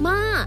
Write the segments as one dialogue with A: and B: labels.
A: 妈，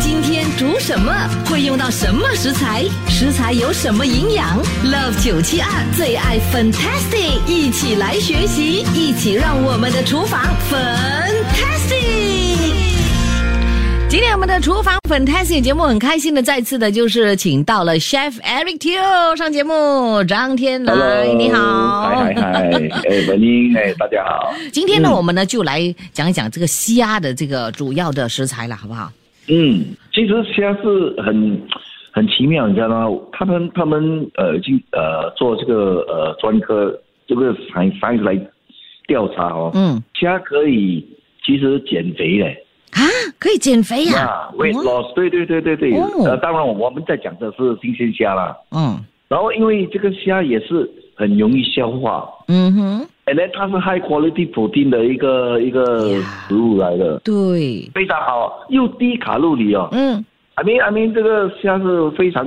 B: 今天煮什么？会用到什么食材？食材有什么营养？Love 九七二最爱 Fantastic，一起来学习，一起让我们的厨房 Fantastic。
C: 今天我们的厨房 Fantastic 节目很开心的，再次的就是请到了 Chef Eric Teo 上节目，张天来
D: Hello，
C: 你好。
D: 嗨嗨 嗨，哎，文英，哎，大家好。
C: 今天呢，我们呢就来讲一讲这个西亚的这个主要的食材了，好不好？
D: 嗯，其实虾是很很奇妙，你知道吗？他们他们呃，已经呃做这个呃专科这个 science science 来调查哦，
C: 嗯
D: 虾可以其实减肥嘞。
C: 啊，可以减肥呀、嗯
D: 啊，weight loss，对对对对对，
C: 哦
D: 呃，当然我们在讲的是新鲜虾啦，
C: 嗯
D: 然后因为这个虾也是很容易消化，
C: 嗯哼，
D: and then 它是 high quality protein 的一个一个
C: 呀
D: 食物来的，
C: 对，
D: 非常好，又低卡路里哦。
C: 嗯，
D: I mean I mean 这个虾是非常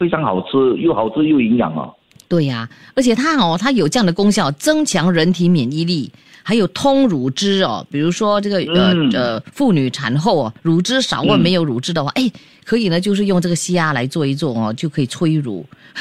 D: 非常好吃，又好吃又营养哦。
C: 对呀、而且它哦，它有这样的功效，增强人体免疫力，还有通乳汁哦。比如说这个呃、
D: 嗯
C: 呃，妇女产后哦，乳汁少或
D: 嗯
C: 没有乳汁的话，哎、可以呢，就是用这个西亚来做一做哦，就可以催乳，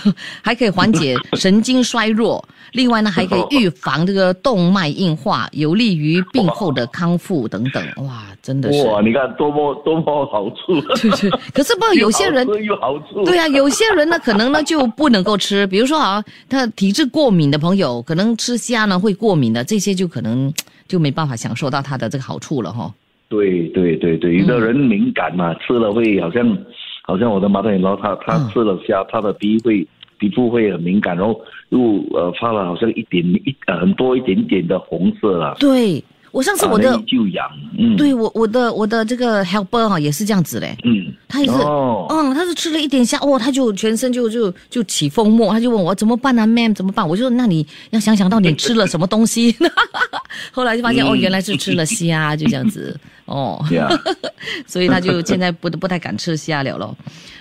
C: 还可以缓解神经衰弱。另外呢，还可以预防这个动脉硬化，有利于病后的康复等等。哇，真的是，
D: 哇，你看多么多么好处，
C: 对对。可是不过 有些人
D: 又好吃又好吃。
C: 对呀、啊有些人呢，可能呢就不能够吃，比如说啊，他体质过敏的朋友，可能吃虾呢会过敏的，这些就可能就没办法享受到它的这个好处了哈、
D: 对对对对，有的人敏感嘛，吃了会好像好像我的马大眼捞他他
C: 嗯
D: 吃了虾，他的鼻会皮肤会很敏感，然后又呃发了好像一点一呃很多一点点的红色了。
C: 对我上次我的、
D: 啊那就痒，嗯，
C: 对我我的我的这个 helper 哈、也是这样子嘞，
D: 嗯，
C: 他也是。
D: 哦，
C: 嗯，他是吃了一点虾，哦，他就全身就就就起风沫，他就问我怎么办啊，ma'am 怎么办？我就说那你要想想到底吃了什么东西。 后来就发现、哦，原来是吃了虾，就这样子哦。
D: 呀，
C: 所以他就现在不不太敢吃虾了咯。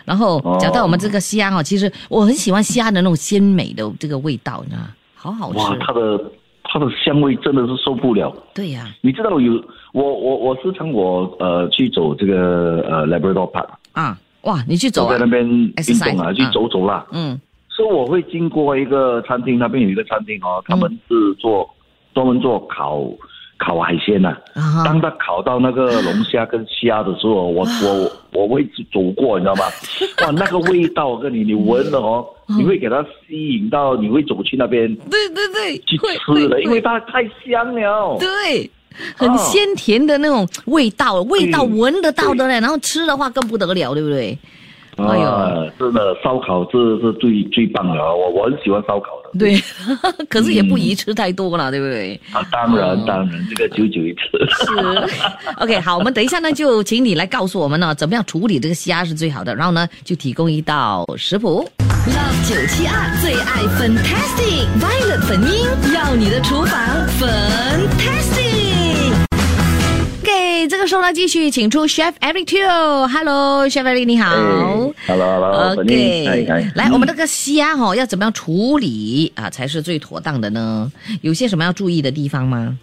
C: 然后
D: 哦
C: 讲到我们这个虾哦，其实我很喜欢虾的那种鲜美的这个味道，你知道吗好好
D: 哇，
C: 吃。
D: 它的它的香味真的是受不了。
C: 对呀、
D: 你知道有我我我时常我呃去走这个呃 Labrador Park，
C: 啊，哇，你去走
D: 我
C: 啊
D: 在那？边运
C: Exercise，
D: 动啊，去
C: 啊
D: 走走啦。
C: 嗯
D: 所以我会经过一个餐厅，那边有一个餐厅
C: 嗯
D: 哦，他们是做专门做烤烤海鲜呐、
C: 啊哈
D: 当他烤到那个龙虾跟虾的时候，我我我会走过，你知道吗？哇，那个味道，我跟你你闻了哦，
C: 嗯
D: 你会给它吸引到，你会走去那边
C: 对对对，
D: 去
C: 会
D: 吃
C: 会
D: 的，因为
C: 会，
D: 哦它太香了。
C: 对。很
D: 哦
C: 鲜甜的那种味道，味道
D: 嗯
C: 闻得到的嘞，然后吃的话更不得了，对不对？哎呦，
D: 啊，真的，烧烤这是最最棒的，我我很喜欢烧烤的。
C: 对， 可是也
D: 嗯
C: 不宜吃太多了，对不对？
D: 啊，当
C: 哦
D: 然当然，这个久久一次。
C: 是 OK，好，我们等一下呢，就请你来告诉我们呢，怎么样处理这个虾是最好的，然后呢，就提供一道食谱。
B: Love 九七二最爱 Fantastic Violet 粉英，要你的厨房 Fantastic。
C: OK，这个时候呢，继续请出 Chef Eric Teo。Hello，Chef Eric，你好。
D: ，Hello Hello，本宁，哎
C: OK，
D: 哎，
C: 来，我们这个虾哈、哦，要怎么样处理啊，才是最妥当的呢？有些什么要注意的地方吗？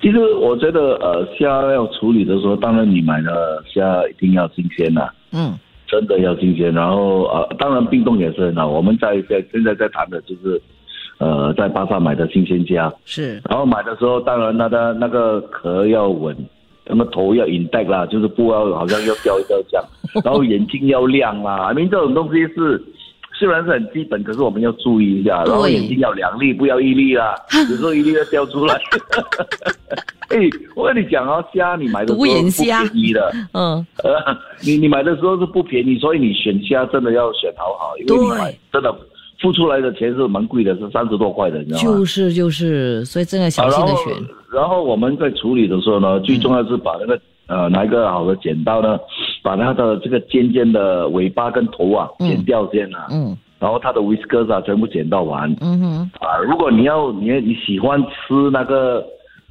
D: 其实我觉得，呃，虾要处理的时候，当然你买的虾一定要新鲜啦、
C: 嗯
D: 真的要新鲜。然后，呃，当然冰冻也是很好。我们在在现在在谈的就是，呃，在巴萨买的新鲜虾，
C: 是，
D: 然后买的时候，当然那个那个壳要稳，那么头要 intact 啦，就是不要好像要掉一掉 这样，然后眼睛要亮啦。I mean 这种东西是。虽然是很基本，可是我们要注意一下，然后
C: 对
D: 眼睛要两粒，不要一粒啦，有时候一粒要掉 出来。哎、我跟你讲哦，虾你买的时候
C: 独眼
D: 不
C: 虾
D: 便宜的，
C: 嗯，
D: 呃，你你买的时候是不便宜，所以你选虾真的要选好好，因为你买
C: 对
D: 真的付出来的钱是蛮贵的，是三十多块的，你知道吗？
C: 就是就是，所以真的小心的选。嗯
D: 然后然后我们在处理的时候呢，最重要是把那个、呃拿一个好的剪刀呢，把它的这个尖尖的尾巴跟头啊
C: 嗯
D: 剪掉先啊，
C: 嗯
D: 然后它的 whiskers 啊全部剪到完
C: 嗯哼，
D: 啊。如果你要你你喜欢吃那个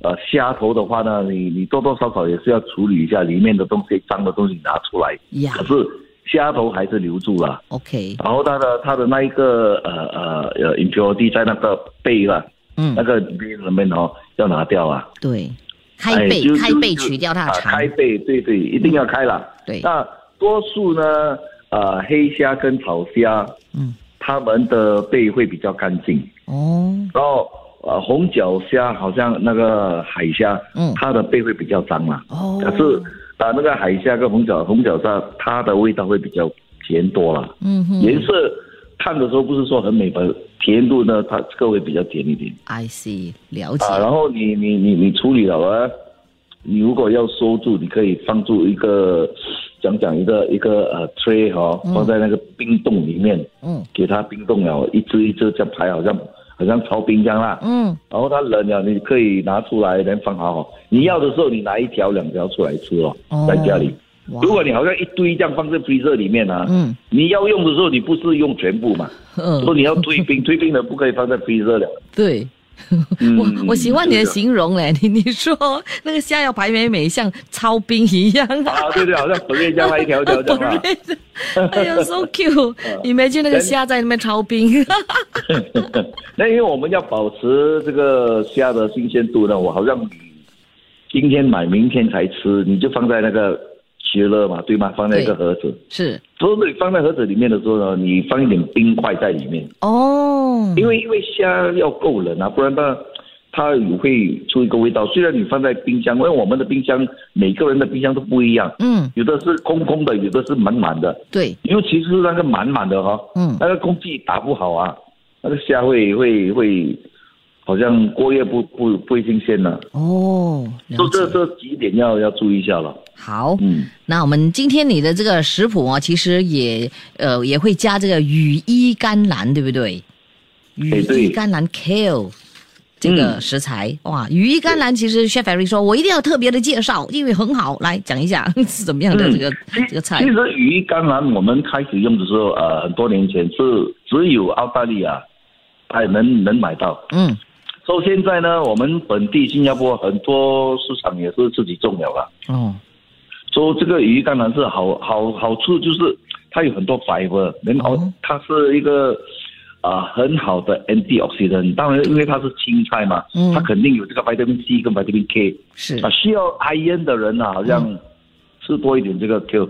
D: 呃虾头的话呢，你你多多少少也是要处理一下里面的东西，脏的东西拿出来。
C: 呀
D: 可是虾头还是留住了，
C: ，OK，
D: 然后它的它的那一个呃呃呃 impurity 在那个背了、
C: 嗯
D: 那，个背里面哦要拿掉啊。
C: 对，开
D: 哎
C: 背
D: 就
C: 开
D: 就
C: 背
D: 就
C: 取掉它
D: 啊
C: 的肠
D: 开，背，对对，一定要开了。
C: 对
D: 那多数呢，呃，黑虾跟草虾，
C: 嗯，
D: 它们的背会比较干净，
C: 哦，
D: 然后呃，红脚虾好像那个海虾，
C: 嗯
D: 它的背会比较脏啦。
C: 哦
D: 可是啊、呃那个海虾跟红脚红脚虾，它的味道会比较甜多了。
C: 嗯哼
D: 颜色看的时候不是说很美吧，甜度呢，它这个会比较甜一点。
C: ，I see，了解，
D: 啊，然后你你你你处理了啊，你如果要收住，你可以放住一个，讲讲一个一个呃 tray 哦，放在那个冰冻里面，
C: 嗯
D: 给它冰冻了，一只一只这样排，好像好像刨冰这样啦。
C: 嗯，
D: 然后它冷了，你可以拿出来，能放好哦。你要的时候，你拿一条两条出来吃哦，
C: 哦
D: 在家里。
C: 哇
D: 如果你好像一堆这样放在 freezer 里面啊，
C: 嗯，
D: 你要用的时候，你不是用全部嘛？
C: 嗯
D: 说你要退 冰，退冰的不可以放在 freezer 了。
C: 对。
D: 嗯
C: 我我喜欢你的
D: 是的
C: 形容嘞， 你你说那个虾要排美美，像操兵一样 啊，
D: 啊，对对，好像本月将来一条一条这样 啊
C: 哎呀，so cute！你 没去那个虾在那边操兵，
D: 那因为我们要保持这个虾的新鲜度呢，我好像今天买明天才吃，你就放在那个雪乐嘛，对吗？放在一个盒子，
C: 是
D: 所以你放在盒子里面的时候呢，你放一点冰块在里面，
C: 哦，
D: 因为因为虾要够冷啊，不然它它会出一个味道。虽然你放在冰箱，因为我们的冰箱每个人的冰箱都不一样，
C: 嗯，
D: 有的是空空的，有的是满满的。
C: 对，
D: 尤其是那个满满的哈、
C: 嗯
D: 那个空气打不好啊，那个虾会会会，好像过夜不不不会新鲜了，
C: 哦，了
D: 就
C: 解
D: 这这几点要要注意一下了。
C: 好，
D: 嗯，
C: 那我们今天你的这个食谱哦，其实也呃也会加这个羽衣甘蓝，对不对？羽
D: 哎对
C: 衣甘蓝 kale 这个食材、哇，羽衣甘蓝其实 Chef Eric 说，我一定要特别的介绍，因为很好，来讲一下是怎么样的这个、这个菜
D: 其实羽衣甘蓝我们开始用的时候，呃，很多年前是只有澳大利亚才能能买到。
C: 嗯
D: 所以现在呢，我们本地新加坡很多市场也是自己种了啊啦。
C: 哦
D: 说这个鱼当然是好好好处就是它有很多 fiber，然后
C: 哦
D: 它是一个啊、很好的 antioxidant。当然，因为它是青菜嘛，
C: 嗯
D: 它肯定有这个 vitamin C 跟 vitamin K
C: 是
D: 啊。需要 iron 的人啊，好
C: 嗯
D: 像吃多一点这个 Q。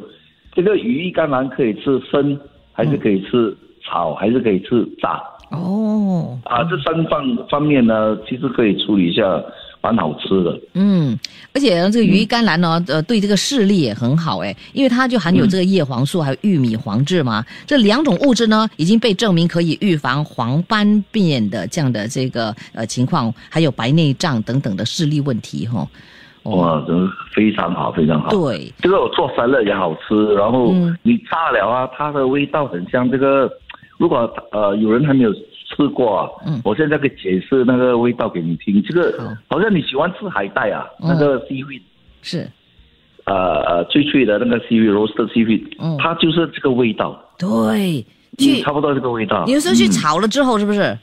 D: 这个鱼当然可以吃生，还是可以吃炒，
C: 嗯
D: 还是可以吃炸
C: 哦
D: 啊。这三方方面呢，其实可以处理一下，蛮好吃的。
C: 嗯，而且这个羽衣甘蓝呢，呃，对这个视力也很好诶，因为它就含有这个叶黄素还有玉米黄质嘛，这两种物质呢已经被证明可以预防黄斑变的这样的这个呃情况，还有白内障等等的视力问题哈、哦，
D: 哇，真的非常好，非常好。
C: 对，
D: 这个我做沙律也好吃，然后
C: 嗯
D: 你炸了啊，它的味道很像这个。如果呃有人还没有吃过、啊，
C: 嗯
D: 我现在可以解释那个味道给你听。这个好像你喜欢吃海带啊，
C: 嗯
D: 那个 seaweed，
C: 是，
D: 呃呃脆脆的那个 seaweed roasted seaweed，、
C: 嗯
D: 它就是这个味道，
C: 对，
D: 嗯
C: 去
D: 差不多这个味道。
C: 有时候去
D: 嗯
C: 炒了之后是不是？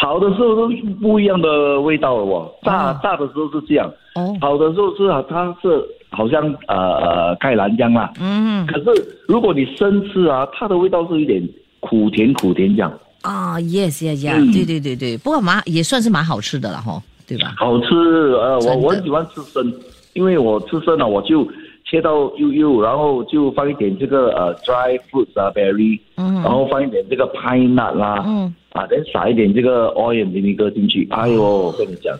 D: 炒的时候都不一样的味道了哦，炸、
C: 哦
D: 炸的时候是这样，
C: 哦，
D: 炒的时候是啊它是好像呃呃盖兰姜啦，
C: 嗯
D: 可是如果你生吃啊，它的味道是有点苦甜苦甜这样，
C: 啊，yes yes yes，、
D: 嗯
C: 对对对对，不过蛮也算是蛮好吃的了哈、对吧？
D: 好吃。呃，
C: 真的
D: 我我很喜欢吃生，因为我吃生啊，我就切到幼幼，然后就放一点这个呃 dry fruits 啊 berry，
C: 嗯
D: 然后放一点这个 pine nut 啦、
C: 嗯
D: 啊，再撒一点这个 oil 的那个进去。哎呦，
C: 哦
D: 我跟你讲。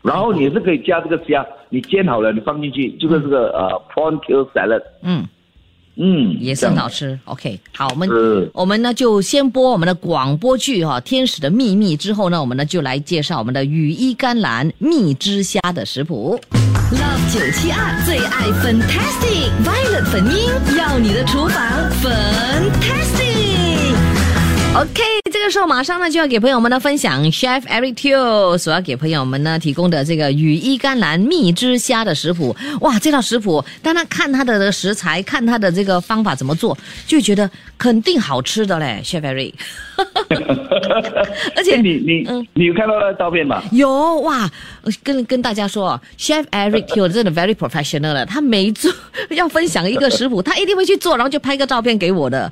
D: 然后你也是可以加这个虾，你煎好了你放进去，就是这个呃 prawn kill salad，
C: 嗯。
D: 嗯，
C: 也是
D: 这样呃
C: 很好吃。OK，好，我们
D: 是
C: 我们呢就先播我们的广播剧哈、天使的秘密》之后呢，我们呢就来介绍我们的羽衣甘蓝蜜汁虾的食谱。
B: Love 九七二最爱 Fantastic Violet 粉英，要你的厨房 Fantastic。OK，这
C: 这个时候马上呢就要给朋友们呢分享 Chef Eric Teo 所要给朋友们呢提供的这个羽衣甘蓝蜜汁虾的食谱。哇，这道食谱，单单看它的食材，看它的这个方法怎么做，就觉得肯定好吃的嘞，Chef Eric。而且
D: 哎你你、
C: 嗯
D: 你有看到那照片吗？
C: 有哇，呃跟跟大家说哦，Chef Eric Teo 真的 very professional 了，他每做 要分享一个食谱，他一定会去做，然后就拍个照片给我的。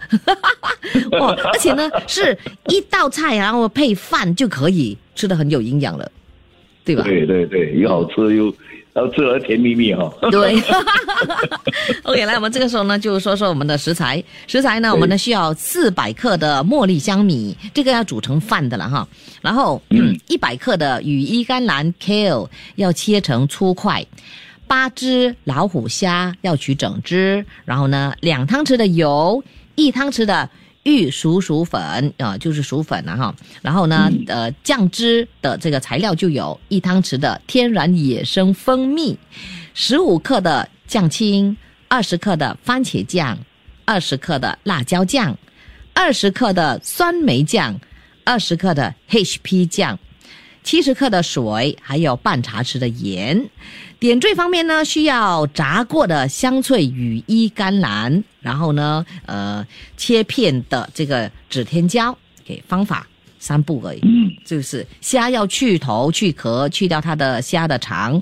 C: 哇，而且呢是一道菜，然后配饭就可以，吃的很有营养了，对吧？
D: 对对对，又好吃又，然后吃了甜蜜蜜哈、 哦。
C: 对，OK，来，我们这个时候呢，就说说我们的食材。食材呢，我们呢需要四百克的茉莉香米，这个要煮成饭的了哈。然后，嗯，一百克的羽衣甘蓝 kale 要切成粗块。八只老虎虾要取整只，然后呢，两汤匙的油，一汤匙的玉蜀黍粉啊、呃就是薯粉了、哈。然后呢，呃，酱汁的这个材料就有一汤匙的天然野生蜂蜜，十五克的酱青，二十克的番茄酱，二十克的辣椒酱，二十克的酸梅酱，二十克的 HP 酱。七十克的水，还有半茶匙的盐。点缀方面呢，需要炸过的香脆羽衣甘蓝，然后呢，呃，切片的这个指天椒。给方法三步而已，就是虾要去头、去壳，去掉它的虾的肠，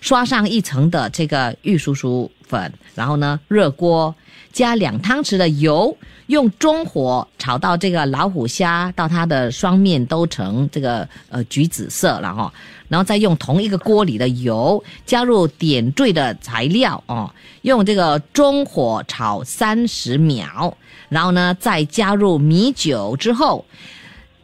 C: 刷上一层的这个玉蜀黍粉，然后呢，热锅加两汤匙的油，用中火炒到这个老虎虾到它的双面都成这个呃橘紫色了哈、然后再用同一个锅里的油加入点缀的材料哦，用这个中火炒三十秒，然后呢再加入米酒之后，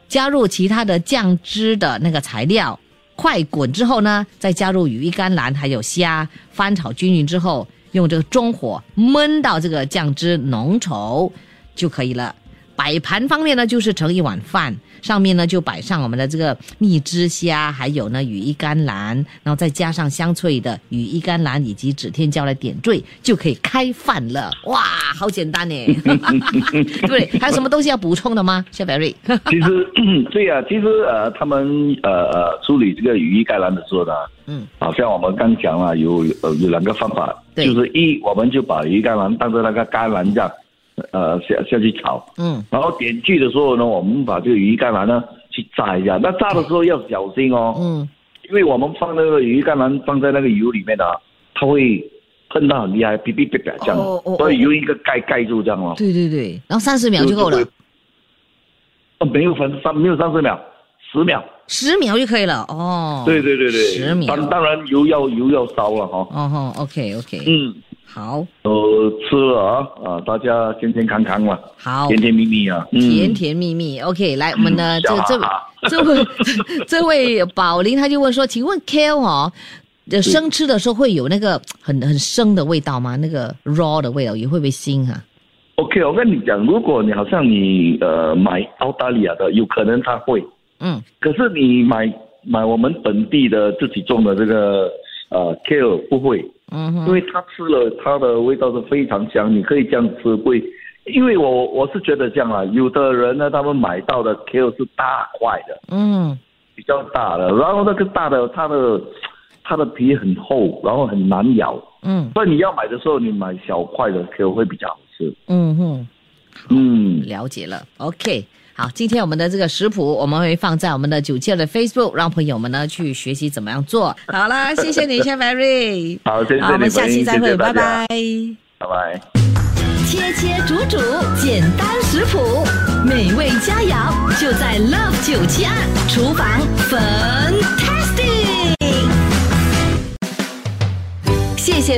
C: 加入其他的酱汁的那个材料，快滚之后呢，再加入羽衣甘蓝还有虾，翻炒均匀之后，用这个中火焖到这个酱汁浓稠就可以了。摆盘方面呢，就是盛一碗饭，上面呢就摆上我们的这个蜜汁虾，还有呢羽衣甘蓝，然后再加上香脆的羽衣甘蓝以及指天椒来点缀，就可以开饭了。哇，好简单呢！ 对，还有什么东西要补充的吗？夏百瑞，
D: 其实 对呀、其实呃，他们呃呃处理这个羽衣甘蓝的时候呢，
C: 嗯，
D: 好像我们刚讲了有有呃有两个方法，
C: 对
D: 就是一我们就把羽衣甘蓝当做那个甘蓝酱，呃下下去炒，
C: 嗯，
D: 然后点缀的时候呢，我们把这个羽衣甘蓝呢去炸一下，那炸的时候要小心哦，
C: 嗯，
D: 因为我们放那个羽衣甘蓝放在那个油里面呢、它会喷到很厉害，哔哔哔哔这样，
C: 哦哦哦
D: 所以用一个盖盖住这样哦，
C: 对对对，然后三十秒就够了，
D: 哦，没有分三没有三十秒，十秒。
C: 十秒就可以了。哦，
D: 对对对对，
C: 十秒
D: 当当然油要油要烧了哈、
C: 哦吼，OK OK，
D: 嗯，
C: 好，
D: 都吃了啊啊，大家健健康康嘛，
C: 好，
D: 甜甜蜜蜜啊。嗯
C: 甜甜蜜蜜。OK，来，我们呢，
D: 嗯
C: 这
D: 小
C: 这位
D: 哈
C: 这位 这位宝林他就问说，请问 kale 哦，呃，生吃的时候会有那个很很生的味道吗？那个 raw 的味道也会不会腥啊？
D: OK，我跟你讲，如果你好像你呃买澳大利亚的，有可能它会，
C: 嗯，
D: 可是你买买我们本地的自己种的这个呃 kale 不会，
C: 嗯
D: 因
C: 哼，
D: 为它吃了它的味道是非常香，你可以这样吃不会。因为我我是觉得这样啦，有的人呢，他们买到的 kale 是大块的，
C: 嗯
D: 比较大的，然后那个大的它的它的皮很厚，然后很难咬，
C: 嗯
D: 所以你要买的时候你买小块的 Q 会比较好吃。
C: 嗯哼，
D: 嗯，
C: 了解了。OK。好，今天我们的这个食谱我们会放在我们的九七二的 Facebook，让朋友们呢去学习怎么样做。好啦，谢谢你，谢 Mary。
D: 好，谢谢你
C: 好，我们下期再会，
D: 谢谢
C: 拜
D: 大家
C: 拜。
D: 拜拜。
B: 切切煮煮，简单食谱，哦美味佳肴就在 Love 972厨房 Fantastic。谢谢